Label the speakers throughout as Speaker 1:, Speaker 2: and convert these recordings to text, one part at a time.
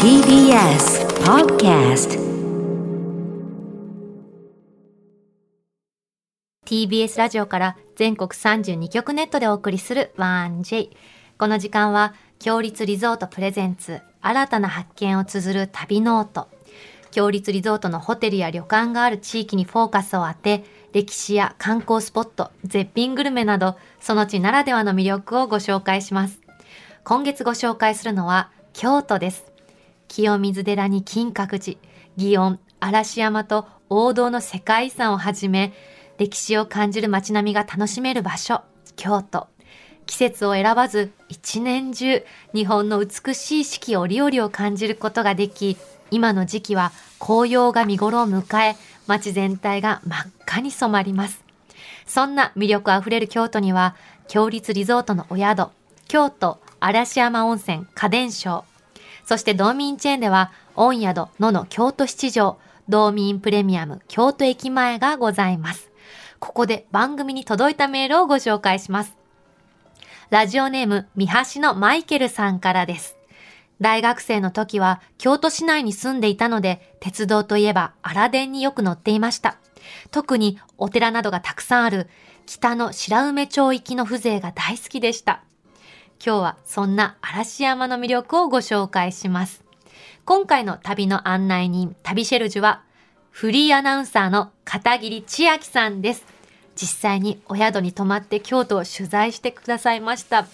Speaker 1: TBS Podcast
Speaker 2: TBS ラジオから全国32局ネットでお送りする 1J この時間は強立リゾートプレゼンツ新たな発見を綴る旅ノート強立リゾートのホテルや旅館がある地域にフォーカスを当て歴史や観光スポット絶品グルメなどその地ならではの魅力をご紹介します今月ご紹介するのは京都です清水寺に金閣寺、祇園、嵐山と王道の世界遺産をはじめ、歴史を感じる街並みが楽しめる場所、京都。季節を選ばず、一年中、日本の美しい四季折々を感じることができ、今の時期は紅葉が見頃を迎え、街全体が真っ赤に染まります。そんな魅力あふれる京都には、強立リゾートのお宿、京都嵐山温泉家電商、そして道民チェーンでは、御宿、野の京都七条、道民プレミアム京都駅前がございます。ここで番組に届いたメールをご紹介します。ラジオネーム、三橋のマイケルさんからです。大学生の時は京都市内に住んでいたので、鉄道といえば荒電によく乗っていました。特にお寺などがたくさんある北の白梅町行きの風情が大好きでした。今日はそんな嵐山の魅力をご紹介します。今回の旅の案内人、旅シェルジュは、フリーアナウンサーの片桐千秋さんです。実際にお宿に泊まって京都を取材してくださいました。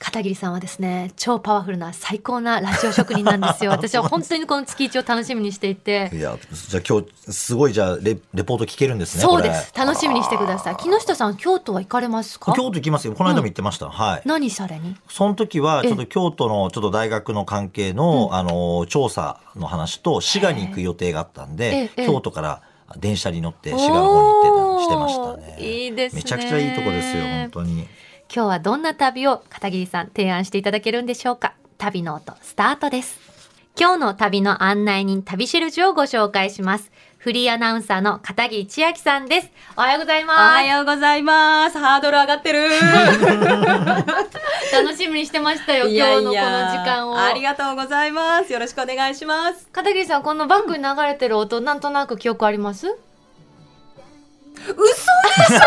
Speaker 2: 片桐さんはですね、超パワフルな最高なラジオ職人なん ですよ。私は本当にこの月一を楽しみにしていて。
Speaker 3: いや、じゃあ今日、すごい、じゃあレ、レポート聞けるんですね、
Speaker 2: そう
Speaker 3: これ
Speaker 2: です。楽しみにしてください。木下さん、京都は行かれますか
Speaker 3: 京都行きますよ。この間も行ってました。はい。
Speaker 2: 何されに
Speaker 3: その時は、ちょっと京都の、ちょっと大学の関係の、あの、調査の話と、滋賀に行く予定があったんで、
Speaker 2: ええ
Speaker 3: 京都から電車に乗って滋賀の方に行ってた、してました
Speaker 2: お
Speaker 3: ね。
Speaker 2: ーいいですね
Speaker 3: めちゃくちゃいいとこですよ、本当に。
Speaker 2: 今日はどんな旅を片桐さん提案していただけるんでしょうか旅の音スタートです今日の旅の案内人旅シェルジュをご紹介しますフリーアナウンサーの片桐千秋さんですおはようございます
Speaker 4: おはようございます。ハードル上がってる。
Speaker 2: 楽しみにしてましたよ今日のこの時間を
Speaker 4: いやいやありがとうございます。よろしくお願いします。
Speaker 2: 片桐さんこのバックに流れてる音なんとなく記憶あります
Speaker 4: 嘘でし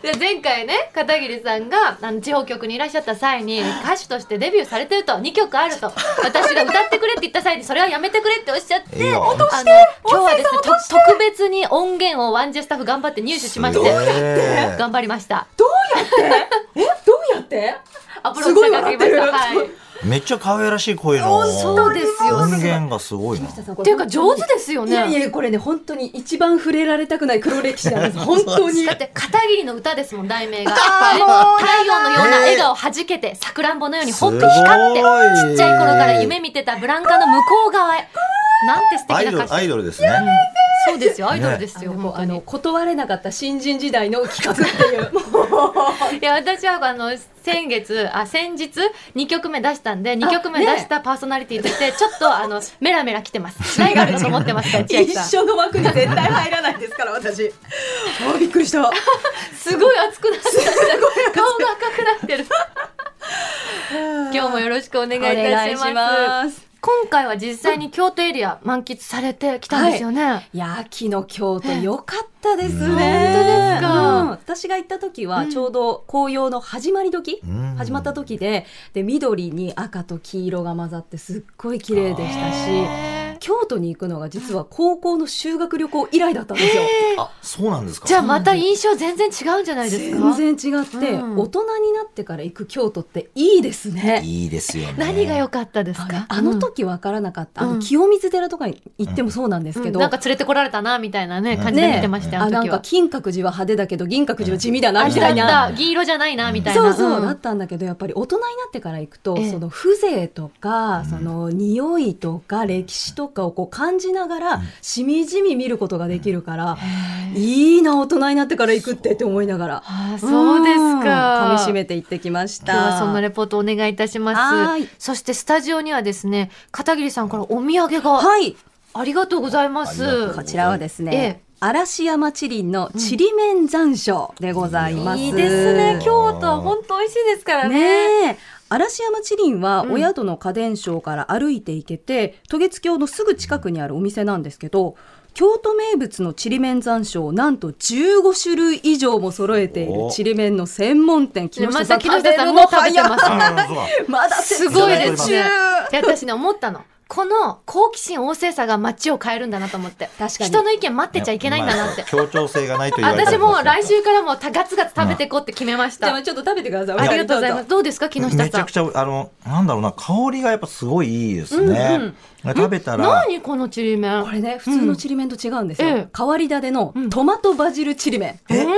Speaker 2: で前回ね片桐さんがあの地方局にいらっしゃった際に歌手としてデビューされてると2曲ある と私が歌ってくれって言った際にそれはやめてくれっておっしゃって
Speaker 3: いいよ
Speaker 2: あの
Speaker 3: 落
Speaker 2: 今日はですねと特別に音源をワンジェスタッフ頑張って入手しまし
Speaker 3: す
Speaker 2: て
Speaker 3: ごい
Speaker 2: 頑張りました
Speaker 4: ょえ、どうやって
Speaker 2: アプローチがかけまし
Speaker 4: すごい
Speaker 2: た
Speaker 4: 笑
Speaker 2: は
Speaker 4: っ
Speaker 2: い
Speaker 4: てる
Speaker 3: めっちゃ可愛らしい声の。
Speaker 2: そうですよ
Speaker 3: 音源がすごいな。
Speaker 2: っていうか上手ですよ
Speaker 4: いやい
Speaker 2: ね
Speaker 4: や、これね、本当に一番触れられたくない黒歴史なん です。本当に。
Speaker 2: だって片桐の歌ですもん題名が
Speaker 4: もう
Speaker 2: 太陽のような笑顔はじけてさくらんぼのようにほっと光って
Speaker 3: すごい
Speaker 2: ちっちゃい頃から夢見てたブランカの向こう側へなんて素
Speaker 3: ア
Speaker 2: 敵
Speaker 3: イ
Speaker 2: な歌
Speaker 3: ドル、ア
Speaker 2: 詞
Speaker 3: イドルですね。
Speaker 2: そうですよアイドルです
Speaker 4: あ
Speaker 2: よ、
Speaker 4: のもう
Speaker 2: 本当
Speaker 4: あ
Speaker 2: に
Speaker 4: の断れなかった新人時代の企画って いう。もう
Speaker 2: いや私はあの先月あ先日2曲目出したんで2曲目出
Speaker 4: ね
Speaker 2: したパーソナリティとしてちょっとあのメラメラ来てますライバルと思ってますから千秋
Speaker 4: 一
Speaker 2: さん
Speaker 4: 緒の枠に絶対入らないですから、 私。あーびっくりした。
Speaker 2: すごい熱くなってきた顔が赤くなってる今日もよろしくお願いいたします
Speaker 4: お願いします
Speaker 2: 今回は実際に京都エリア満喫されてきたんですよね、
Speaker 4: いや秋の京都良かったですね。
Speaker 3: うん
Speaker 2: 本当ですか
Speaker 4: うん私が行った時
Speaker 2: う
Speaker 4: は
Speaker 2: ん
Speaker 4: ちょうど紅葉の始まり時、
Speaker 3: うん
Speaker 4: 始まった時で、で緑に赤と黄色が混ざってすっごい綺麗でしたし、
Speaker 2: へー
Speaker 4: 京都に行くのが実は高校の修学旅行以来だったんですよ。
Speaker 3: あ、そうなんですか。
Speaker 2: じゃあまた印象全然違うんじゃないですか
Speaker 4: 全然違って、
Speaker 2: うん
Speaker 4: 大人になってから行く京都っていいですね。
Speaker 3: いいですよね。
Speaker 2: 何が良かったですか
Speaker 4: あの
Speaker 2: うん
Speaker 4: 時わからなかった、あ
Speaker 2: うん
Speaker 4: の清水寺とかに行ってもそうなんですけど、
Speaker 2: うんなんか連れてこられたなみたいなね感じで見てましたよ、
Speaker 4: あ
Speaker 2: あの
Speaker 4: なん
Speaker 2: 時
Speaker 4: か
Speaker 2: は
Speaker 4: 金閣寺は派手だけど銀閣寺は地味だな
Speaker 2: あ
Speaker 4: み
Speaker 2: れ
Speaker 4: た
Speaker 2: だ
Speaker 4: い
Speaker 2: っ
Speaker 4: な。
Speaker 2: た銀色じゃないなみたいな、
Speaker 4: そうそう、
Speaker 2: ん
Speaker 4: だったんだけどやっぱり大人になってから行くと、
Speaker 2: ええ
Speaker 4: その風情とか、
Speaker 3: うん
Speaker 4: その匂いとか歴史とかをこう感じながら、しみじみ見ることができるから、いいな大人になってから行くってって思いながら
Speaker 2: あーそうですか
Speaker 4: うん噛みしめて行ってきました
Speaker 2: 今日はそんなレポートお願いいたしま
Speaker 4: はー
Speaker 2: す
Speaker 4: い
Speaker 2: そしてスタジオにはですね片桐さんからお土産が
Speaker 4: はい
Speaker 2: ありがとうございま
Speaker 3: ありがと
Speaker 2: す
Speaker 3: うございま
Speaker 4: こちらはですね、
Speaker 2: ええ
Speaker 4: 嵐山地林のちりめん山椒でございます。
Speaker 2: いいですね。京都は本当美味しいですからね。
Speaker 4: ねえ嵐山地林は
Speaker 2: うん
Speaker 4: お宿の家電商から歩いて行けて、渡月橋のすぐ近くにあるお店なんですけど京都名物のちりめん山椒をなんと15種類以上も揃えている
Speaker 3: お
Speaker 4: ちりめんの専門店木
Speaker 2: ま
Speaker 4: 下さ
Speaker 2: た
Speaker 4: ん
Speaker 2: 木
Speaker 4: 食
Speaker 2: 下
Speaker 4: べ
Speaker 2: さ
Speaker 4: る
Speaker 2: んも
Speaker 4: の
Speaker 2: う食べて
Speaker 4: 早
Speaker 2: ますね。
Speaker 3: あそうだ
Speaker 4: まだ説
Speaker 2: す
Speaker 4: 明
Speaker 2: ごいですね
Speaker 4: 中。
Speaker 2: で私ね思ったの。この好奇心旺盛さが街を変えるんだなと思って。
Speaker 4: 確かに
Speaker 2: 人の意見待ってちゃいけないんだなって。
Speaker 3: まあ協調性がないと言われて
Speaker 2: 私もう来
Speaker 3: い
Speaker 2: 週からもうたガツガツ食べていこうって決めまし
Speaker 4: じゃ
Speaker 2: た。
Speaker 4: あ
Speaker 2: あ
Speaker 4: ちょっと食べてください。
Speaker 2: りがとうございます。どうですか木下さん。
Speaker 3: めちゃくちゃあのなんだろうな香りがやっぱすごいいいですね、食べたら
Speaker 2: 何このちりめん。
Speaker 4: これね普通のちりめんと違うんですよ、
Speaker 2: うんええ
Speaker 4: 変わり種のトマトバジルちりめん、
Speaker 3: え
Speaker 2: 美味し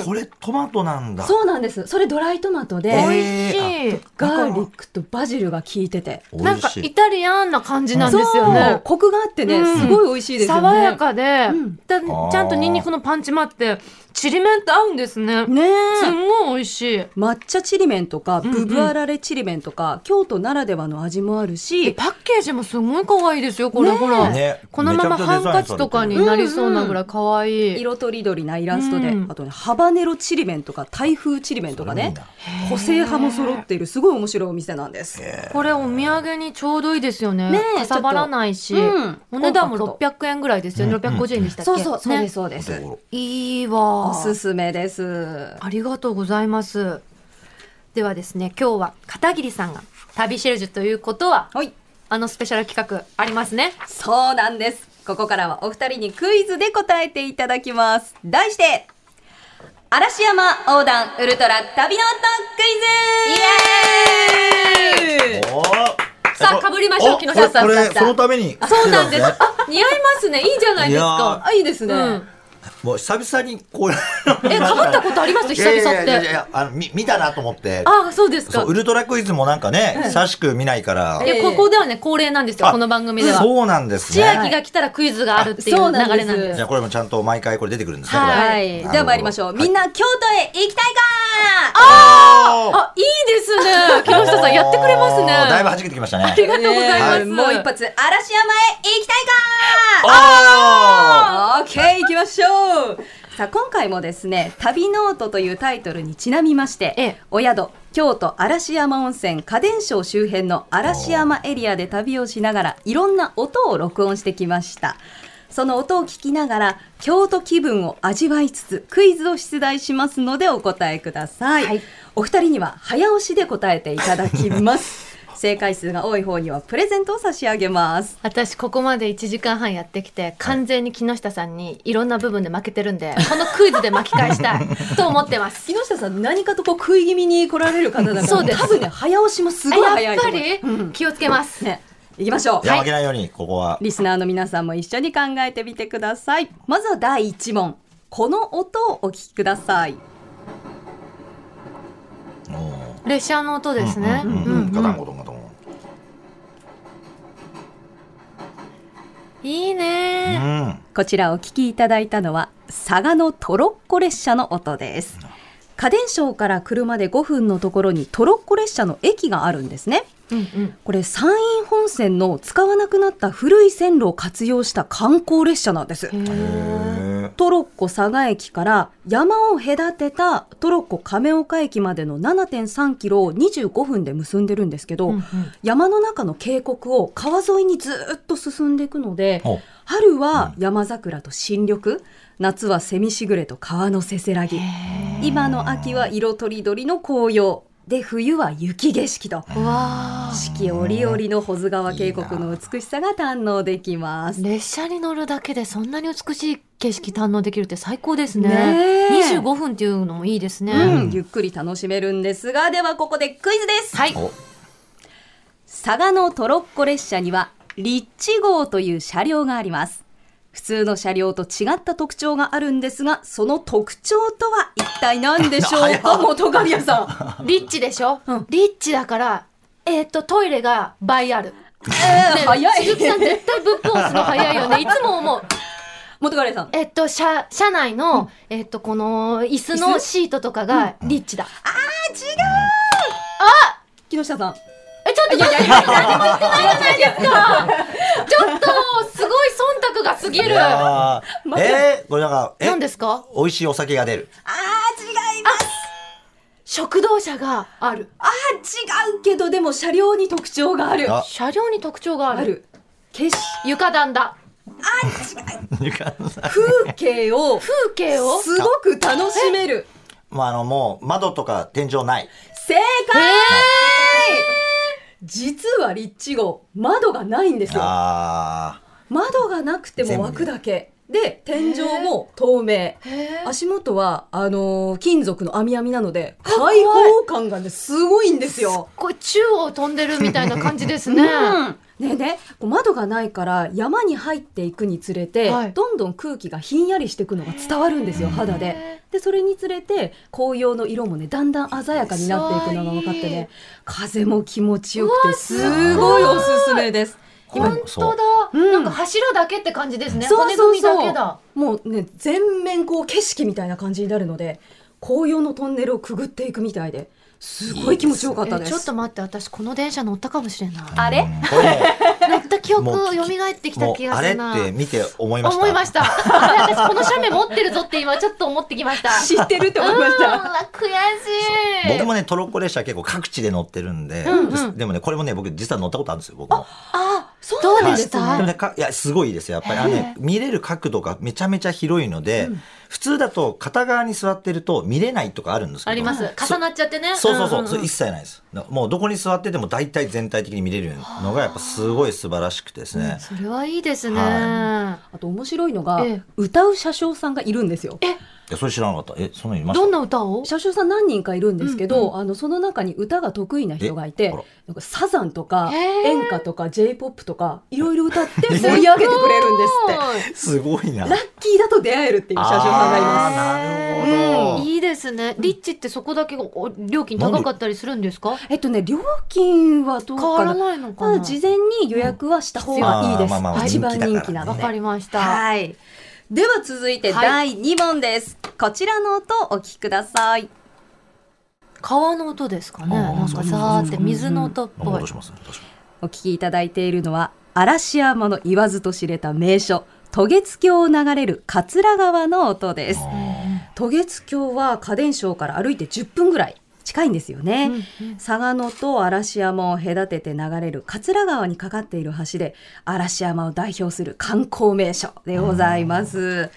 Speaker 3: あこれトマトなんだ
Speaker 4: そうなんですそれドライトマトで、
Speaker 3: えー
Speaker 2: 美味しい。
Speaker 4: ガーリックとバジルが効いてて
Speaker 3: 美
Speaker 2: なん
Speaker 3: 味
Speaker 2: か
Speaker 3: しい
Speaker 2: イタリアンな感じなんですよ
Speaker 4: そう
Speaker 2: ね。
Speaker 4: コクがあってね、
Speaker 2: うん
Speaker 4: すごい美味しいですよね
Speaker 2: 爽やかで、
Speaker 4: うん
Speaker 2: だちゃんとニンニクのパンチもあってちりめんと合うんですね
Speaker 4: ね
Speaker 2: す
Speaker 4: え
Speaker 2: んごい美味しい
Speaker 4: 抹茶ちりめんとか
Speaker 2: んうん
Speaker 4: ブブアラレちりめんとか、京都ならではの味もある
Speaker 2: で
Speaker 4: し
Speaker 2: パッケージもすごい可愛いですよこれ、ほら、
Speaker 3: ね
Speaker 2: このままハンカチとかになりそうなぐらい可愛い、
Speaker 4: 色とりどりなイラストで、
Speaker 2: うん
Speaker 4: あとねハバネロちりめんとか台風ちりめんとかね
Speaker 3: それも
Speaker 4: 個性派も揃っているすごい面白いお店なんです、
Speaker 2: これお土産にちょうどいいですよね
Speaker 4: ねえ
Speaker 2: かさばらないし、
Speaker 4: ちょっとうん
Speaker 2: お値段も
Speaker 4: コン
Speaker 2: 600円ぐらいですよね、
Speaker 3: うん
Speaker 2: 650円でしたっけ、
Speaker 4: そうそうそうで
Speaker 2: ね
Speaker 4: すそうです、
Speaker 3: お手頃
Speaker 2: いいわ
Speaker 4: おすすめです
Speaker 2: ありがとうございますではですね今日は片桐さんが旅シェルジュということは
Speaker 4: はい
Speaker 2: あのスペシャル企画ありますね
Speaker 4: そうなんです。ここからはお二人にクイズで答えていただきます。題して、嵐山横断ウルトラ旅の音クイズイエーイ
Speaker 2: さあ被りましょう
Speaker 3: お
Speaker 2: 木下さん
Speaker 3: これ
Speaker 4: さ
Speaker 3: これ
Speaker 4: あ
Speaker 3: そのために
Speaker 2: そうなんです。
Speaker 3: 来てた
Speaker 2: あ似合いますね。いいじゃないですか。
Speaker 4: あ、いいですね。
Speaker 2: うん。
Speaker 3: もう久々にこういう
Speaker 2: え、かぶったことあります
Speaker 3: い
Speaker 2: 久
Speaker 3: やいや
Speaker 2: 々っ
Speaker 3: いやいやい
Speaker 2: て。
Speaker 3: やあの見見たなと思って
Speaker 2: あ、そうです
Speaker 3: そ
Speaker 2: か
Speaker 3: う。ウルトラクイズもなんかね久しく見ないから
Speaker 2: いや、ここではね、恒例なんですよ。
Speaker 3: あ
Speaker 2: この番組では。
Speaker 3: そうなんです
Speaker 2: 千
Speaker 3: ね
Speaker 2: 秋が来たらクイズがあるっていう
Speaker 4: そう
Speaker 2: 流
Speaker 4: なんです
Speaker 2: れなんです。
Speaker 3: じゃあこれもちゃんと毎回これ出てくるんですねこれ
Speaker 2: は
Speaker 4: はい。では参りましょう。みんな京都へ行きたいか
Speaker 3: あ
Speaker 2: あ、いいですね。木下さんやってくれますね。
Speaker 3: だいぶ弾けてきましたね
Speaker 2: ありがとうございます。
Speaker 4: ねえもう一発、嵐山へ行きたいか
Speaker 3: あ
Speaker 4: オッケー行きましょうさあ今回もですね「旅ノート」というタイトルにちなみまして、
Speaker 2: ええ
Speaker 4: お宿京都嵐山温泉家電商周辺の嵐山エリアで旅をしながらいろんな音を録音してきましたその音を聞きながら京都気分を味わいつつクイズを出題しますのでお答えください、
Speaker 2: はい
Speaker 4: お二人には早押しで答えていただきます 正解数が多い方にはプレゼントを差し上げます
Speaker 2: 私ここまで1時間半やってきて完全に木下さんにいろんな部分で負けてるんでこのクイズで巻き返した いと思ってます
Speaker 4: 木下さん何かとこう食い気味に来られる方だから
Speaker 2: そうです
Speaker 4: 多分ね早押しもすごい
Speaker 2: あ
Speaker 4: 早
Speaker 2: や
Speaker 4: い
Speaker 2: っ
Speaker 4: と思
Speaker 2: ぱ
Speaker 4: う
Speaker 2: り、
Speaker 4: うん
Speaker 2: 気をつけます
Speaker 4: ね行きましょ、
Speaker 3: ーいうや負けないようにここは
Speaker 4: リスナーの皆さんも一緒に考えてみてくださいまずは第一問この音をお聞きください
Speaker 3: おー
Speaker 2: 列車の音ですね、
Speaker 3: う
Speaker 2: うんん
Speaker 3: うんうんガ
Speaker 2: う
Speaker 3: タン
Speaker 2: ん
Speaker 3: ゴトンガトン
Speaker 2: いいね
Speaker 3: うん
Speaker 4: こちらお聞きいただいたのは佐賀のトロッコ列車の音です家電商から車で5分のところにトロッコ列車の駅があるんですね
Speaker 2: うんうん
Speaker 4: これ山陰本線の使わなくなった古い線路を活用した観光列車なんです
Speaker 2: へー
Speaker 3: へー
Speaker 4: トロッコ佐賀駅から山を隔てたトロッコ亀岡駅までの7.3キロを25分で結んでるんですけど、
Speaker 2: うんうん
Speaker 4: 山の中の渓谷を川沿いにずっと進んでいくので
Speaker 3: お
Speaker 4: 春は山桜と新緑夏は蝉しぐれと川のせせらぎ今の秋は色とりどりの紅葉で冬は雪景色と
Speaker 2: うわー
Speaker 4: 四季折々の保津川渓谷の美しさが堪能できます。
Speaker 2: 列車に乗るだけでそんなに美しい景色堪能できるって最高ですね
Speaker 4: ねえ
Speaker 2: 25分っていうのもいいですね、
Speaker 4: うん、ゆっくり楽しめるんですが、ではここでクイズです。
Speaker 2: はい
Speaker 3: お
Speaker 4: 佐賀のトロッコ列車には、リッチ号という車両があります。普通の車両と違った特徴があるんですが、その特徴とは一体何 でしょうか、元神谷さん。
Speaker 2: リッチでしょ、
Speaker 4: ん
Speaker 2: リッチだからえっ、とトイレが倍ある
Speaker 4: えー、早い
Speaker 2: 鈴。木さん絶対ぶっ壊すの早いよねいつも思う
Speaker 4: 元神谷さん。
Speaker 2: えっと車車内の、えっとこの椅子
Speaker 4: 椅
Speaker 2: の
Speaker 4: 子
Speaker 2: シートとかがリッチだ、
Speaker 4: 木下さん。
Speaker 2: えちょっと待って何も言ってないじゃないですかちょっとうすごい忖度が過ぎ
Speaker 3: い
Speaker 2: る。
Speaker 3: やーえー、これなんか、え
Speaker 2: 何ですか？
Speaker 3: 美味しいお酒が出る。
Speaker 4: あー違います
Speaker 2: 食堂車がある。
Speaker 4: あー違うけどでも車両に特徴がある
Speaker 3: あ
Speaker 2: 車両に特徴がある。
Speaker 4: ある景色
Speaker 2: 床暖だ。
Speaker 4: 風 景を
Speaker 2: 風景を。
Speaker 4: すごく楽しめる
Speaker 3: まあ、あの、もう、窓とか天井ない。
Speaker 4: 正解実は立地号窓がないんですよ
Speaker 3: あ
Speaker 4: 窓がなくても枠だけで天井も透明足元はあのー金属の網網なので開放感がねすごいんですよ。
Speaker 2: これ宙を飛んでるみたいな感じです ね。
Speaker 4: ねえねこう窓がないから山に入っていくにつれて、
Speaker 2: はい
Speaker 4: どんどん空気がひんやりしていくのが伝わるんですよ肌で。でそれにつれて紅葉の色もねだんだん鮮やかになっていくのが分かって
Speaker 2: いい
Speaker 4: ね風も気持ちよくてすごいおすすめです。今
Speaker 2: 本当だ、
Speaker 4: うん
Speaker 2: なんか柱だけって感じですね。
Speaker 4: そう
Speaker 2: 骨
Speaker 4: そ
Speaker 2: 組み
Speaker 4: うそう
Speaker 2: だけだ。
Speaker 4: もうね全面こう景色みたいな感じになるので紅葉のトンネルをくぐっていくみたいですごい気持ちよかった
Speaker 2: え
Speaker 4: です
Speaker 2: ちょっと待って、私この電車乗ったかもしれない。
Speaker 3: あ。
Speaker 4: あれ
Speaker 3: うんこ れ
Speaker 2: 乗った記憶
Speaker 3: もう聞き
Speaker 2: 蘇ってき
Speaker 3: も
Speaker 2: た
Speaker 3: う、も
Speaker 2: 気
Speaker 3: う、
Speaker 2: が
Speaker 3: あ
Speaker 2: す
Speaker 3: れ
Speaker 2: る
Speaker 3: っ
Speaker 2: な。
Speaker 3: て見て思いました。
Speaker 2: 思いました。 あれ私この写メ持ってるぞって今ちょっと思ってきました。
Speaker 4: 知ってるって思いまし
Speaker 2: う
Speaker 4: た
Speaker 2: わ悔しい。
Speaker 3: 僕もね、トロッコ列車結構各地で乗ってるんで、
Speaker 2: うんうん
Speaker 3: ででもね、これもね、僕実は乗ったことあるんですよ、僕も。
Speaker 2: あ、そうなんです
Speaker 4: どう
Speaker 3: でも
Speaker 2: か。
Speaker 3: ね、かいや、すごいですよ。やっぱり、あのね、見れる角度がめちゃめちゃ広いので、普通だと片側に座ってると見れないとかあるんですけど。
Speaker 2: あります。重なっちゃってね。
Speaker 3: そうそうそう、
Speaker 2: んんん
Speaker 3: それ一切ないです。もうどこに座ってても大体全体的に見れるのがやっぱすごい素晴らしくてですね。
Speaker 2: それはいいですね。
Speaker 3: は
Speaker 4: あと面白いのが、
Speaker 2: ええ
Speaker 4: 歌う車掌さんがいるんですよ
Speaker 3: いやそれ知らなかった。え、そんなのいました
Speaker 2: どんな歌を？
Speaker 4: 車掌さん何人かいるんですけど、あのその中に歌が得意な人がい
Speaker 3: え
Speaker 4: て
Speaker 3: あら
Speaker 4: なんかサザンとか
Speaker 2: へえ
Speaker 4: 演歌とか j p o p とかいろいろ歌って盛り上げてくれるんですって
Speaker 2: す
Speaker 3: すごい な。
Speaker 4: ラッキーだと出会えるっていう車掌さんがいます。
Speaker 3: あーなるほ
Speaker 2: ご
Speaker 3: ど。
Speaker 2: い。いいですね。リッチってそこだけお料金高かったりするんですか？
Speaker 4: えっとね、料金はどう
Speaker 2: 変わ
Speaker 4: からな
Speaker 2: ないの
Speaker 4: た
Speaker 2: か
Speaker 4: だ
Speaker 2: な。
Speaker 4: 事前に予約はした方がいいです。
Speaker 3: うんあーまあまあ
Speaker 4: 一番人気な
Speaker 2: わ
Speaker 4: ので。
Speaker 2: かりました。
Speaker 4: はい。では続いて
Speaker 2: はい
Speaker 4: 第2問です。こちらの音お聞きください。
Speaker 2: 川の音ですかね。
Speaker 3: あー
Speaker 2: なんかさーって水の音っ
Speaker 3: あ
Speaker 2: ぽい
Speaker 3: 戻。します、戻します
Speaker 4: お聞きいただいているのは嵐山の言わずと知れた名所渡月橋を流れる桂川の音です
Speaker 3: あ
Speaker 4: 渡月橋は家電省から歩いて10分ぐらい近いんですよね、嵯峨野と嵐山を隔てて流れる桂川にかかっている橋で嵐山を代表する観光名所でございます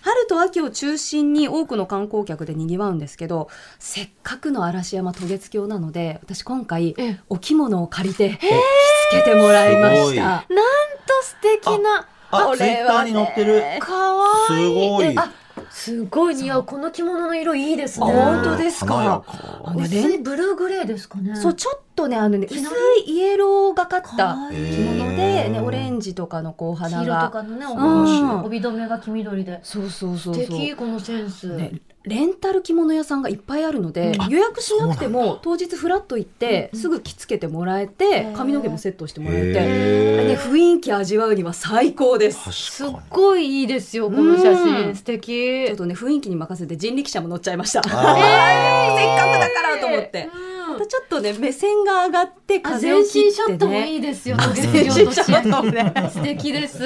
Speaker 4: 春と秋を中心に多くの観光客でにぎわうんですけどせっかくの嵐山渡月橋なので私今回
Speaker 2: ええ
Speaker 4: お着物を借りて着付けてもらいました。
Speaker 2: なんと素敵な。
Speaker 3: ー
Speaker 4: こ
Speaker 3: あ、ツイ
Speaker 4: れ
Speaker 3: ッタ
Speaker 4: は
Speaker 3: ー
Speaker 4: ね
Speaker 3: に載ってる。
Speaker 2: かわいい。
Speaker 3: すごい
Speaker 2: えあ、すごい似合う。この着物の色いいですね。
Speaker 4: あ本当ですか
Speaker 3: 華や
Speaker 4: あ
Speaker 3: か
Speaker 4: のね
Speaker 2: 薄いブルーグレーですかね。
Speaker 4: そうちょっとねあのね薄
Speaker 2: いきなり
Speaker 4: いイエローがかった
Speaker 2: 可
Speaker 4: 着
Speaker 2: 愛い
Speaker 4: 物で、ね、
Speaker 3: へー
Speaker 4: オレンジとかのこう
Speaker 2: 黄色
Speaker 4: 花
Speaker 2: と
Speaker 4: が
Speaker 2: かのね、
Speaker 4: うん
Speaker 2: 帯留めが黄緑で。
Speaker 4: そうそうそう
Speaker 2: 素
Speaker 4: そう、
Speaker 2: 敵このセンス。
Speaker 4: ね、レンタル着物屋さんがいっぱいあるので、
Speaker 2: うん
Speaker 4: 予約しなくても当日フラッと行って、
Speaker 2: うん
Speaker 4: すぐ着付けてもらえ
Speaker 2: へ
Speaker 4: て
Speaker 2: ー
Speaker 4: 髪の毛もセットしてもらえて、
Speaker 3: へー
Speaker 4: あれね、雰囲気味わうには最高ですち
Speaker 2: す
Speaker 3: 確
Speaker 2: っ
Speaker 3: かに。
Speaker 2: ごいいいですよこの写真、
Speaker 4: うん
Speaker 2: 素敵
Speaker 4: ょっ。とね雰囲気に任せて人力車も乗っちゃいました。
Speaker 3: あー
Speaker 4: せっかくだからと思って。
Speaker 2: うん
Speaker 4: またちょっとね目線が上がって
Speaker 2: あ
Speaker 4: 風
Speaker 2: 全
Speaker 4: を
Speaker 2: 身
Speaker 4: 切
Speaker 2: ショ
Speaker 4: っ
Speaker 2: ット
Speaker 4: て
Speaker 2: も
Speaker 4: ね
Speaker 2: いいですよ。
Speaker 4: 全身ショットもね
Speaker 2: 素敵 です。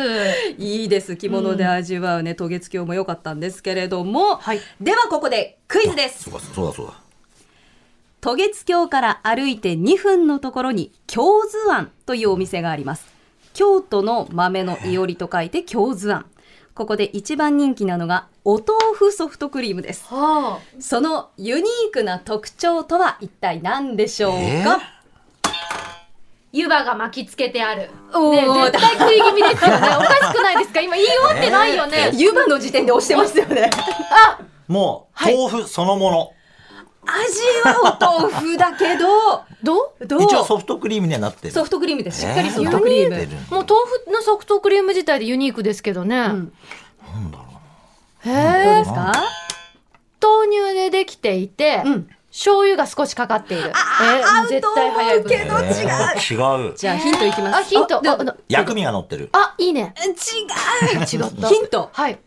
Speaker 4: いいです着物で味わうね渡月橋も良かったんですけれども、
Speaker 2: はい
Speaker 4: ではここでクイズで
Speaker 3: そ
Speaker 4: す
Speaker 3: うか、そうだそうだ。
Speaker 4: 渡月橋から歩いて2分のところに京図庵というお店があります京都の豆のいおりと書いて京図庵ここで一番人気なのがお豆腐ソフトクリームです
Speaker 2: は
Speaker 4: そのユニークな特徴とは一体何でしょう
Speaker 3: えー
Speaker 4: か、
Speaker 2: あ、湯葉が巻きつけてある。
Speaker 4: お
Speaker 2: ね、
Speaker 4: ー
Speaker 2: 絶対食い気味ですよ ね。おかしくないですか。今言い終わってないよね。
Speaker 4: 湯葉の時点で押してますよね
Speaker 3: もう、
Speaker 2: はい
Speaker 3: 豆腐そのも
Speaker 4: 味はお豆腐だけど
Speaker 2: ど
Speaker 4: ど
Speaker 3: の。一応
Speaker 4: う
Speaker 3: ソフトクリームにはなってる。
Speaker 4: ソフトクリームですしっかり
Speaker 3: えー
Speaker 4: ソフトクリーム、
Speaker 3: 出るんだ
Speaker 2: う？もう豆腐のソフトクリーム自体でユニークですけどね。
Speaker 4: ん
Speaker 3: なんだろう。
Speaker 2: へ
Speaker 4: どうで
Speaker 2: え
Speaker 4: す。か、
Speaker 2: 豆乳でできていて、
Speaker 4: うん
Speaker 2: 醤油が少しかかっている。えー、絶対早い分。
Speaker 4: どっちが
Speaker 3: 違う。
Speaker 4: じゃあヒントいきます
Speaker 2: あ、ヒント。
Speaker 4: で
Speaker 2: ああの
Speaker 3: 薬味が乗ってる。
Speaker 2: あ、いいね。
Speaker 4: 違
Speaker 2: 違った。
Speaker 4: うヒント
Speaker 2: はい。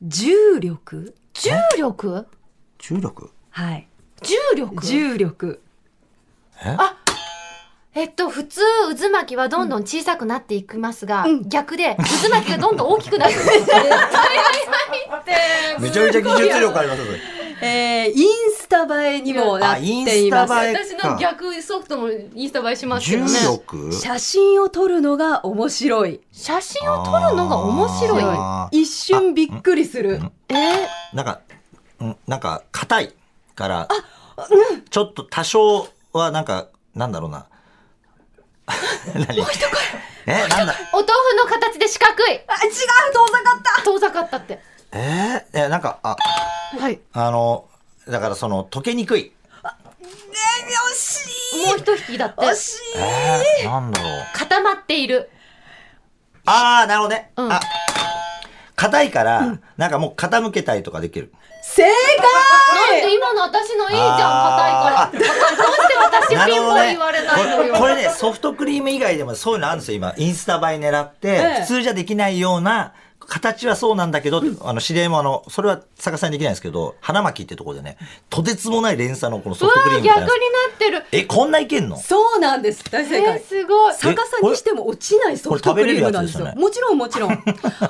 Speaker 4: 重力
Speaker 2: 重力
Speaker 3: 重力
Speaker 4: はい
Speaker 2: 重力
Speaker 4: 重力
Speaker 3: え
Speaker 2: あええっと、普通、渦巻きはどんどん小さくなっていきますが、
Speaker 4: うん
Speaker 2: 逆で、渦巻きがどんどん大きくなるんですよ。
Speaker 3: めちゃめちゃ技術力ありますね。
Speaker 4: えーインスタ映えにもなっ
Speaker 3: あ、イン
Speaker 4: てい
Speaker 3: ス
Speaker 4: ます。
Speaker 3: タ映え
Speaker 5: 私の
Speaker 3: か。
Speaker 5: 逆ソフトもインスタ映えしますけど
Speaker 3: 重
Speaker 5: ね。
Speaker 3: 力
Speaker 4: 写真を撮るのが面白い。
Speaker 2: 写真を撮るのが面白い。
Speaker 3: あー
Speaker 4: 一瞬びっくりする。
Speaker 2: えー
Speaker 3: なんか、うんなんか、硬いから、ちょっと多少はなんか、なんだろうな。 何え、なんだ
Speaker 2: お豆腐の形で四角い。
Speaker 4: あ、違う遠ざかった
Speaker 2: 遠ざかったって。
Speaker 3: えー、え、なんか、あ、
Speaker 2: はい。
Speaker 3: あの、だからその、溶けにくい。
Speaker 4: 惜しい
Speaker 2: もう一匹だって。
Speaker 4: 惜しい
Speaker 3: えー、なんだろう。
Speaker 2: 固まっている。
Speaker 3: あー、なるほどね。
Speaker 2: うん
Speaker 3: あ、硬いから、なんかもう傾けたりとかできる。
Speaker 4: 正
Speaker 2: なん
Speaker 4: 解
Speaker 2: で今の私のいいじゃん、
Speaker 3: あー
Speaker 2: 硬いから。どうして私ピンポン言われないの
Speaker 3: これ
Speaker 2: よ。
Speaker 3: これね、ソフトクリーム以外でもそういうのあるんですよ、今。インスタ映え狙って、
Speaker 4: ええ
Speaker 3: 普通じゃできないような、形はそうなんだけど、あの、知り合いもあの、それは逆さにできないんですけど、花巻ってところでね、とてつもない連鎖のこの
Speaker 2: う
Speaker 3: ソ
Speaker 2: わ
Speaker 3: フトクリー
Speaker 2: ー
Speaker 3: ムみたい
Speaker 2: 逆
Speaker 3: な
Speaker 2: に
Speaker 3: の
Speaker 2: なってる。
Speaker 3: え、こんないけんの
Speaker 4: そうなんです。大正
Speaker 2: えー、
Speaker 4: 解。
Speaker 2: すごい。
Speaker 4: 逆さにしても落ちないソフトクリームなんですよ。
Speaker 3: これ
Speaker 4: もちろんもちろん。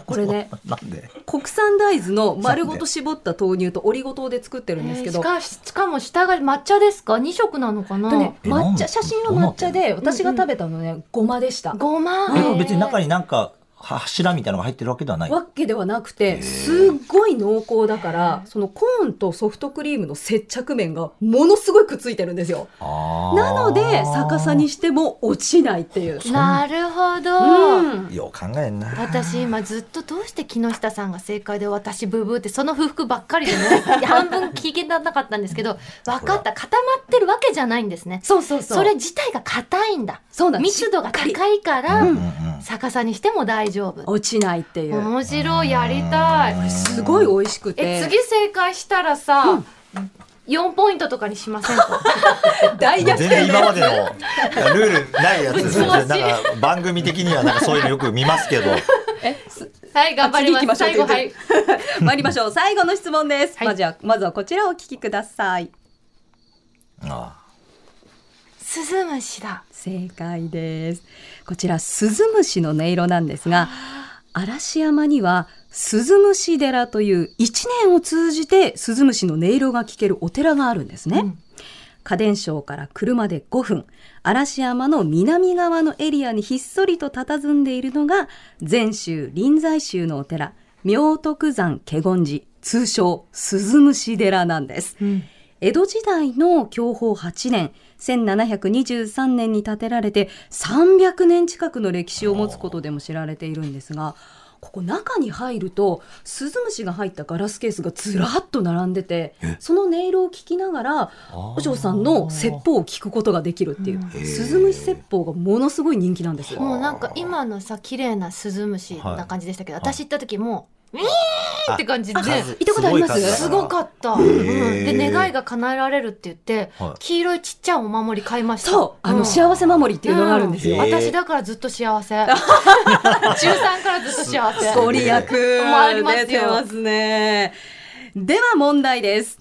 Speaker 4: これね、
Speaker 3: なんで
Speaker 4: 国産大豆の丸ごと絞った豆乳とオリゴ糖で作ってるんですけど、
Speaker 2: えーしかしかも下が抹茶ですか2色なのかな、
Speaker 4: とね、
Speaker 3: えなん
Speaker 4: 抹
Speaker 3: で
Speaker 4: 茶写真は抹茶で私が食べたのねごまでした。
Speaker 2: ごま
Speaker 3: え、別に中になんか、は柱みたいなのが入ってるわけではない。
Speaker 4: わけではなくてすっごい濃厚だからそのコーンとソフトクリームの接着面がものすごいくっついてるんですよ
Speaker 3: な
Speaker 4: なので逆さにしても落ちないっていう、
Speaker 2: なるほど、
Speaker 4: うん、
Speaker 3: よう考えんな。
Speaker 2: 私今ずっとどうして木下さんが正解で私ブーブーってその不服ばっかりでね半分聞けなかったんですけど分かった固まってるわけじゃないんですね
Speaker 4: そうそうそう
Speaker 2: それ自体が硬いんだ
Speaker 4: そうなんです
Speaker 2: 密度が高いから、
Speaker 3: うんうん
Speaker 2: 逆さにしても大丈夫
Speaker 4: 落ちないっていう
Speaker 2: 面白いやりたい
Speaker 4: すごい美味しく
Speaker 2: え
Speaker 4: て
Speaker 2: 次正解したらさ、4ポイントとかにしませんか
Speaker 4: 大
Speaker 3: 全
Speaker 4: 逆転
Speaker 3: 然
Speaker 4: で
Speaker 3: 今までのルールないやつ ですね。
Speaker 2: ぶっ壊
Speaker 3: な
Speaker 2: し
Speaker 3: んか番組的にはなんかそういうのよく見ますけ ど。
Speaker 2: はい頑張ります
Speaker 4: あ
Speaker 2: 最
Speaker 4: 次行
Speaker 2: 後
Speaker 4: きましょう
Speaker 2: はい
Speaker 4: 参りましょう最後の質問です、
Speaker 2: はい
Speaker 4: まずはまずはこちらをお聞きください
Speaker 3: あ
Speaker 2: スズムシだ
Speaker 4: 正解ですこちらスズムシの音色なんですが嵐山にはスズムシ寺という一年を通じてスズムシの音色が聞けるお寺があるんですね、家電省から車で5分嵐山の南側のエリアにひっそりと佇んでいるのが全州臨済宗のお寺明徳山華厳寺通称鈴虫寺なんです、江戸時代の享保8年1723年に建てられて300年近くの歴史を持つことでも知られているんですがここ中に入るとスズムシが入ったガラスケースがずらっと並んでてその音色を聞きながら
Speaker 3: ー
Speaker 4: お嬢さんの説法を聞くことができるっていう
Speaker 3: ー
Speaker 4: スズムシ説法がものすごい人気なんです
Speaker 2: もうなんか今のさ綺麗なスズムシな感じでしたけど、
Speaker 3: はい
Speaker 2: 私行った時もう
Speaker 3: あ
Speaker 2: って感じで
Speaker 3: あ数
Speaker 4: 行ったことあります
Speaker 3: ごい数だな
Speaker 2: すごかった、うん、で願いが叶えられるって言って、
Speaker 3: はい
Speaker 2: 黄色いちっちゃいお守り買いました
Speaker 4: そうあ
Speaker 2: う
Speaker 4: の
Speaker 2: ん
Speaker 4: 幸せ守りっていうのがあるんですよ
Speaker 2: う
Speaker 3: へー
Speaker 2: 私だからずっと幸 せ中3からずっと幸せ
Speaker 3: すご
Speaker 4: ご
Speaker 3: い
Speaker 4: 利益
Speaker 2: もありますよ
Speaker 4: 出てますね。では問題です。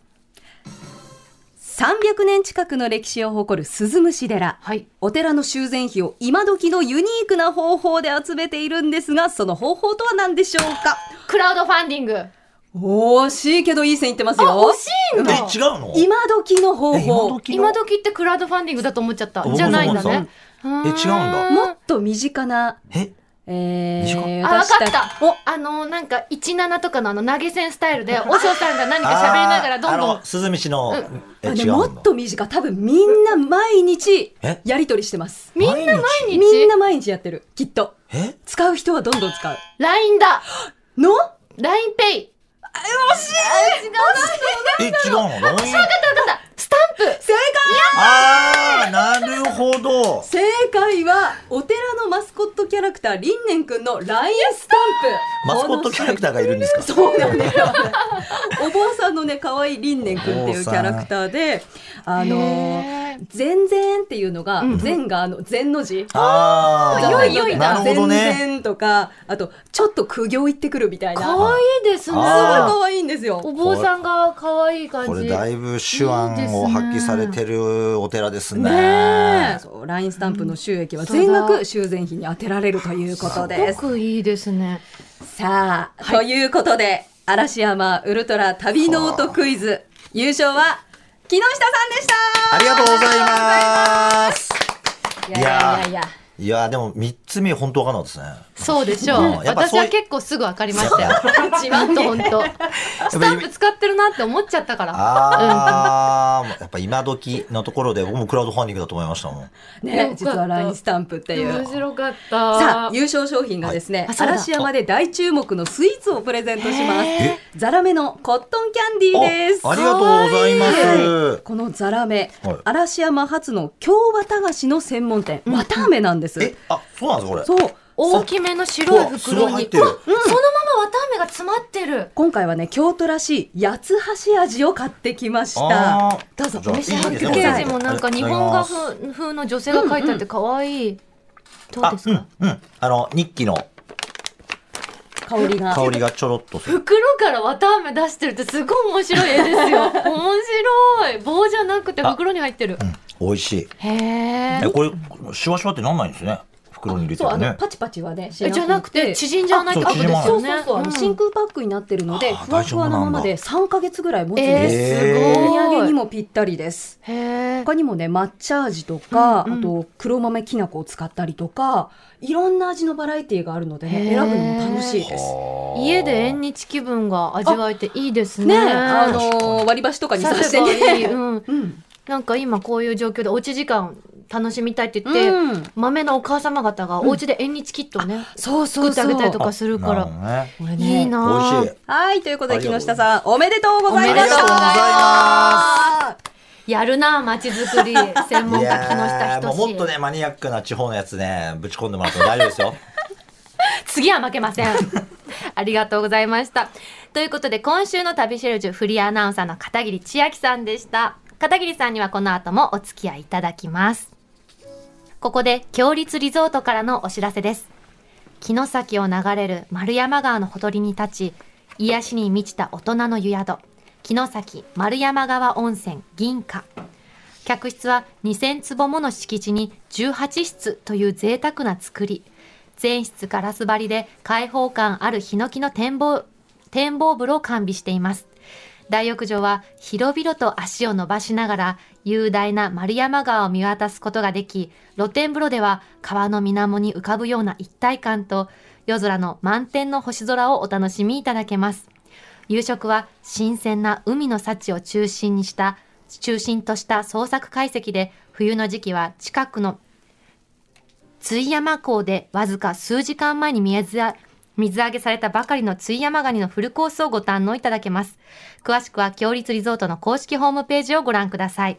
Speaker 4: 300年近くの歴史を誇る鈴虫寺。
Speaker 2: はい
Speaker 4: お寺の修繕費を今時のユニークな方法で集めているんですが、その方法とは何でしょうか
Speaker 2: クラウドファンディング
Speaker 4: 惜しいけどいい線いってますよ
Speaker 2: 惜。しいん
Speaker 3: え、
Speaker 2: だ
Speaker 3: 違うの
Speaker 4: 今時の方
Speaker 3: え今
Speaker 4: 法。
Speaker 3: 時の
Speaker 2: 今時ってクラウドファンディングだと思っちゃった
Speaker 3: 僕も
Speaker 2: じゃないんだ
Speaker 3: そう思っ
Speaker 2: ね
Speaker 3: て
Speaker 2: え
Speaker 3: え違うんだ
Speaker 4: もっと身近な、
Speaker 3: え、
Speaker 4: え
Speaker 3: 身近
Speaker 4: ー、
Speaker 2: あ、わ
Speaker 4: 私
Speaker 2: か
Speaker 4: ち
Speaker 2: った。あの、なんか、17とかのあの、投げ銭スタイルで、お嬢さんが何か喋りながら、どんど
Speaker 3: あ
Speaker 2: ん
Speaker 3: の、。鈴虫の、え、
Speaker 4: あ
Speaker 3: 違
Speaker 4: ね
Speaker 3: う
Speaker 4: も
Speaker 3: の
Speaker 4: っと身近。多分みんな毎日
Speaker 3: え
Speaker 4: やりとりしてます。
Speaker 2: みんな毎日
Speaker 4: みんな毎日やってる。きっと。
Speaker 3: え
Speaker 4: 使う人はどんどん使う。
Speaker 2: LINE だ
Speaker 4: の
Speaker 2: !LINEPay!
Speaker 3: え、違うの ロイ
Speaker 2: ス
Speaker 3: ン
Speaker 2: タンプ
Speaker 4: 正
Speaker 3: あー、なるほど。
Speaker 4: 解正解は、お寺のマスコットキャラクター、輪廻くんの LINE スタンプ。
Speaker 3: マスコットキャラクターがいるんですか
Speaker 4: そうなんですよ。お坊さんのね、可愛い輪廻くんっていうキャラクターで、あのー
Speaker 2: へー
Speaker 4: 全然禅っていうのが、禅があの禅の字。
Speaker 3: ああ、
Speaker 4: よいよい
Speaker 3: な
Speaker 4: だ、
Speaker 3: るほど
Speaker 4: 全
Speaker 3: ね。
Speaker 4: 然とか、あと、ちょっと苦行行ってくるみたいな。すごい
Speaker 2: 可愛いですね。
Speaker 3: あ
Speaker 4: 可愛いんですよ。
Speaker 2: お坊さんが可愛い感じ。
Speaker 3: これだいぶ手腕を発揮されてるお寺ですね。
Speaker 4: ねえ。そう、LINE スタンプの収益は全額修繕費に充てられるということです
Speaker 2: す。ごくいいですね。
Speaker 4: さあ、ということで、嵐山ウルトラ旅ノートクイズ、優勝は、木下さんでした
Speaker 3: ありがとうございます。
Speaker 4: いやいやいやいや。
Speaker 3: いやーでも三つ目本当わかんなかったですね。
Speaker 2: そうでしょう
Speaker 3: うん。やっぱ
Speaker 2: 私
Speaker 3: そうい
Speaker 2: は結構すぐ分かりましたよ。ちまんと本当。スタンプ使ってるなって思っちゃったから。
Speaker 3: ああ、やっぱ今時のところで僕もクラウドファンディングだと思いましたもん。
Speaker 2: よか
Speaker 4: ね
Speaker 2: っ、た
Speaker 4: 実は LINE スタンプっていう
Speaker 2: 面。白かった。
Speaker 4: さあ優勝商品がですね、
Speaker 6: いあそうだ
Speaker 4: 嵐山で大注目のスイーツをプレゼントしますザラメのコットンキャンディーです
Speaker 3: あありがとうございます。
Speaker 4: このザラメ、
Speaker 3: はい
Speaker 4: 嵐山発の京綿菓子の専門店、綿飴なんです
Speaker 3: え、あ、そうなんですこれ。
Speaker 4: そう
Speaker 2: 大きめの白いう
Speaker 3: わすご
Speaker 2: 袋
Speaker 3: い入っ
Speaker 2: に。
Speaker 3: てる
Speaker 2: うわそのまま綿あめが詰まってる。
Speaker 4: 今回はね京都らしい八つ橋味を買ってきました
Speaker 3: あー
Speaker 4: どうぞ
Speaker 3: じゃ
Speaker 4: お
Speaker 3: あ
Speaker 4: 召し上がりく
Speaker 2: パ
Speaker 4: だ
Speaker 2: ッ
Speaker 3: い
Speaker 2: ケ
Speaker 3: い
Speaker 2: ー
Speaker 3: です
Speaker 4: さ
Speaker 3: ね
Speaker 2: ジ
Speaker 4: い
Speaker 2: もなんか
Speaker 3: あり
Speaker 2: 日
Speaker 3: がとう
Speaker 2: 本画
Speaker 3: ございます
Speaker 2: 風風の女性が描いてあって可愛い。どう
Speaker 3: あ
Speaker 2: で、すか。
Speaker 3: うん、うん、あの日記の
Speaker 4: 香りが
Speaker 3: 香りがちょろっとする。
Speaker 2: 袋から綿あめ出してるってすごい面白い絵 ですよ。面白い。棒じゃなくて袋に入ってる。
Speaker 3: 美味しい。
Speaker 2: へえ
Speaker 3: え、。これシュワシュワってなんないんですね。袋に入れて
Speaker 4: そうあ
Speaker 3: る
Speaker 4: の
Speaker 3: ね。
Speaker 4: パチパチはね
Speaker 2: えじゃなくて縮んじゃわないってことです
Speaker 4: そ
Speaker 2: よ
Speaker 4: う
Speaker 2: ね
Speaker 4: そう。そう、あの真空パックになってるので、
Speaker 3: あー
Speaker 4: ふわふわのままで
Speaker 3: 大
Speaker 4: 3ヶ月ぐらい持つ
Speaker 2: え
Speaker 4: ん
Speaker 2: ー、
Speaker 4: です。
Speaker 3: へ
Speaker 2: す
Speaker 4: お
Speaker 2: ごい。
Speaker 4: 土産にもぴったりです。
Speaker 2: へえ。
Speaker 4: 他にもね、抹茶味とか、あと黒豆きな粉を使ったりとか、いろんな味のバラエティーがあるのでね、
Speaker 2: へー
Speaker 4: 選ぶのも楽しいです。
Speaker 2: 家で縁日気分が味わえていいです
Speaker 4: ね
Speaker 2: ね。
Speaker 4: あのー割り箸とかに
Speaker 2: さ
Speaker 4: 刺し
Speaker 2: せ
Speaker 4: て
Speaker 2: ばいい、
Speaker 4: ね。
Speaker 2: うん、
Speaker 4: うん。
Speaker 2: なんか今こういう状況でおうち時間楽しみたいって言って、
Speaker 4: うん
Speaker 2: 豆のお母様方がお家で縁日キットね、
Speaker 4: そうそ
Speaker 2: 作
Speaker 4: うそ
Speaker 2: ってあげたりと
Speaker 4: う。
Speaker 2: かするか
Speaker 3: なる
Speaker 2: ら、
Speaker 3: ほどね
Speaker 4: これ
Speaker 2: いい
Speaker 4: ね。
Speaker 2: なあ
Speaker 3: 美味しい。
Speaker 4: はい、ということで
Speaker 3: あり
Speaker 4: 木
Speaker 3: がとうござ
Speaker 4: 下
Speaker 3: いま
Speaker 4: さん、おめでとうございました。
Speaker 2: おめでとうござい
Speaker 3: ま
Speaker 2: やるなあ街づ くり専門
Speaker 3: い
Speaker 2: 家木
Speaker 3: や
Speaker 2: 下
Speaker 3: ーもう
Speaker 2: 仁
Speaker 3: もっとねマニアックな地方のやつねぶち込んでもらっても大丈夫 ですよ
Speaker 2: 次は負けま せんありがとうございましたということで今週の旅シェルジュフリーアナウンサーの片桐千秋さんでした片桐さんにはこの後もお付き合いいただきますここで強立リゾートからのお知らせです城崎を流れる丸山川のほとりに立ち癒しに満ちた大人の湯宿城崎丸山川温泉銀貨客室は2000坪もの敷地に18室という贅沢な作り全室ガラス張りで開放感あるヒノキの展望展望風呂を完備しています大浴場は広々と足を伸ばしながら雄大な丸山川を見渡すことができ露天風呂では川の水面に浮かぶような一体感と夜空の満天の星空をお楽しみいただけます夕食は新鮮な海の幸を中心にした中心とした創作解析で冬の時期は近くの津山港でわずか数時間前に水あ水揚げされたばかりの津山ガニのフルコースをご堪能いただけます詳しくは強立リゾートの公式ホームページをご覧ください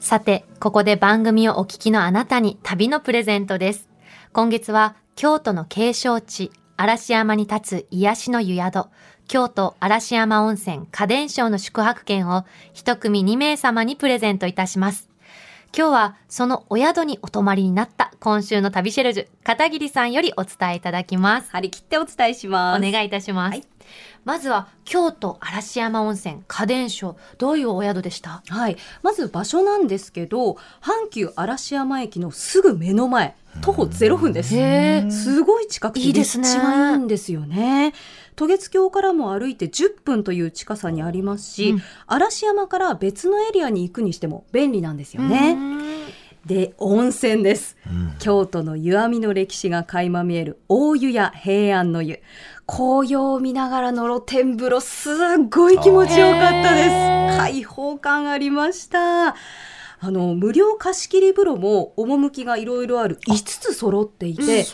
Speaker 2: さて、ここで番組をお聞きのあなたに旅のプレゼントです。今月は京都の景勝地、嵐山に立つ癒しの湯宿、京都嵐山温泉家電賞の宿泊券を一組2名様にプレゼントいたします。今日はそのお宿にお泊まりになった今週の旅シェルジュ、片桐さんよりお伝えいただきます。
Speaker 4: 張り切ってお伝えし
Speaker 2: お
Speaker 4: ます。
Speaker 2: 願いいたします。
Speaker 4: はい
Speaker 2: まずは京都嵐山温泉家電賞、どういうお宿でした
Speaker 4: はい、まず場所なんですけど阪急嵐山駅のすぐ目の前徒歩0分です
Speaker 2: へー
Speaker 4: すごい近くて
Speaker 2: いいですね
Speaker 4: 立地がいいんですよね渡月橋からも歩いて10分という近さにありますし、嵐山から別のエリアに行くにしても便利なんですよね、で温泉です、京都の湯あみの歴史が垣間見える大湯や平安の湯紅葉を見ながらの露天風呂すっごい気持ちよかったです開放感ありましたあの無料貸し切り風呂も趣がいろいろある5つ揃っていて、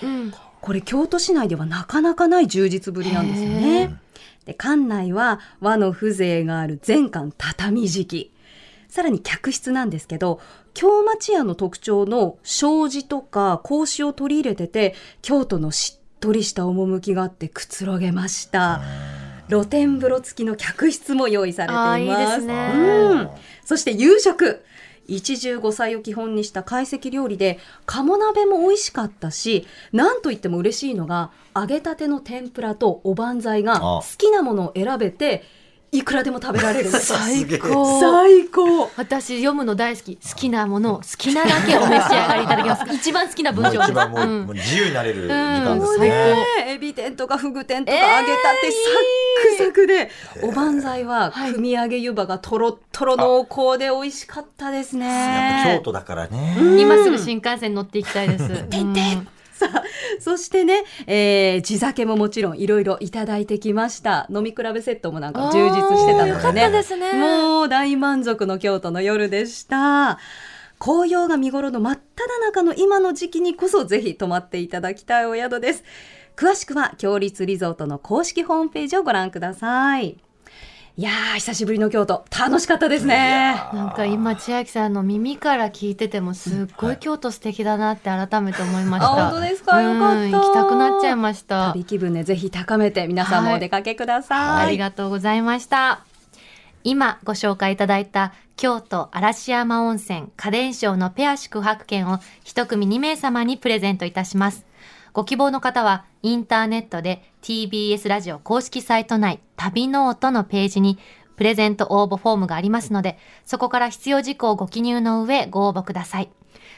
Speaker 4: これ京都市内ではなかなかない充実ぶりなんですよね。で館内は和の風情がある全館畳敷きさらに客室なんですけど京町屋の特徴の障子とか格子を取り入れてて京都のしっとりした趣があってくつろげました露天風呂付きの客室も用意されています。
Speaker 2: ね
Speaker 4: うん、そして夕食一汁五菜を基本にした懐石料理で鴨鍋も美味しかったしなんといっても嬉しいのが揚げたての天ぷらとおばんざいが
Speaker 3: ああ
Speaker 4: 好きなものを選べていくらでも食べら れる
Speaker 3: すげ
Speaker 2: 最
Speaker 3: え
Speaker 2: 高
Speaker 4: 最高
Speaker 2: 私読むの大好き好きなものを好きなだけお召し上がりいただきます一番好きな文
Speaker 3: もう
Speaker 2: 章
Speaker 3: 一番もう,、
Speaker 2: うん
Speaker 3: もう自由になれる時間です
Speaker 2: 最
Speaker 3: ね。
Speaker 2: 高
Speaker 4: ねえエビ天とかフグ天とか
Speaker 2: えー
Speaker 4: 揚げたてサックサクで、おばんざいは
Speaker 2: はい
Speaker 4: 組み上げ湯葉がとろっとろ濃厚で美味しかったです
Speaker 3: やっぱ京
Speaker 4: ね。
Speaker 3: 都だからね。
Speaker 2: 今すぐ新幹線乗っていきたいです。うん
Speaker 4: そしてね、えー地酒ももちろんいろいろいただいてきました飲み比べセットもなんか充実してた
Speaker 2: あーよ
Speaker 4: の
Speaker 2: かっ
Speaker 4: でね
Speaker 2: たですね。
Speaker 4: もう大満足の京都の夜でした。紅葉が見頃の真っ只中の今の時期にこそぜひ泊まっていただきたいお宿です。詳しくは強立リゾートの公式ホームページをご覧ください。いやー、久しぶりの京都、楽しかったですね。
Speaker 2: なんか今千秋さんの耳から聞いててもすっごい京都素敵だなって改めて思いま
Speaker 4: あ、
Speaker 2: した。
Speaker 4: 本当ですかよかった。
Speaker 2: うん行きたくなっちゃいました。
Speaker 4: 旅気分ね、ぜひ高めて皆さんもお出かけください。
Speaker 2: ありがとうございました。今ご紹介いただいた京都嵐山温泉家電賞のペア宿泊券を一組2名様にプレゼントいたします。ご希望の方はインターネットで TBS ラジオ公式サイト内旅ノートのページにプレゼント応募フォームがありますので、そこから必要事項をご記入の上ご応募ください。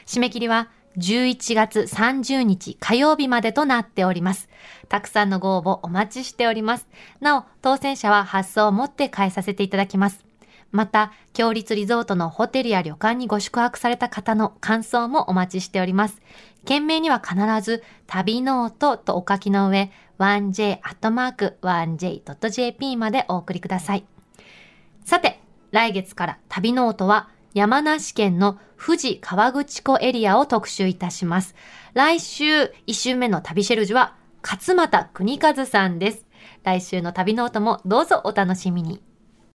Speaker 2: 締め切りは11月30日火曜日までとなっております。たくさんのご応募お待ちしております。なお、当選者は発送をもって返させていただきます。また、強立リゾートのホテルや旅館にご宿泊された方の感想もお待ちしております。件名には必ず、旅ノートとお書きの上、1j.1j.jp までお送りください。さて、来月から旅ノートは山梨県の富士河口湖エリアを特集いたします。来週1週目の旅シェルジュは勝俣邦和さんです。来週の旅ノートもどうぞお楽しみに。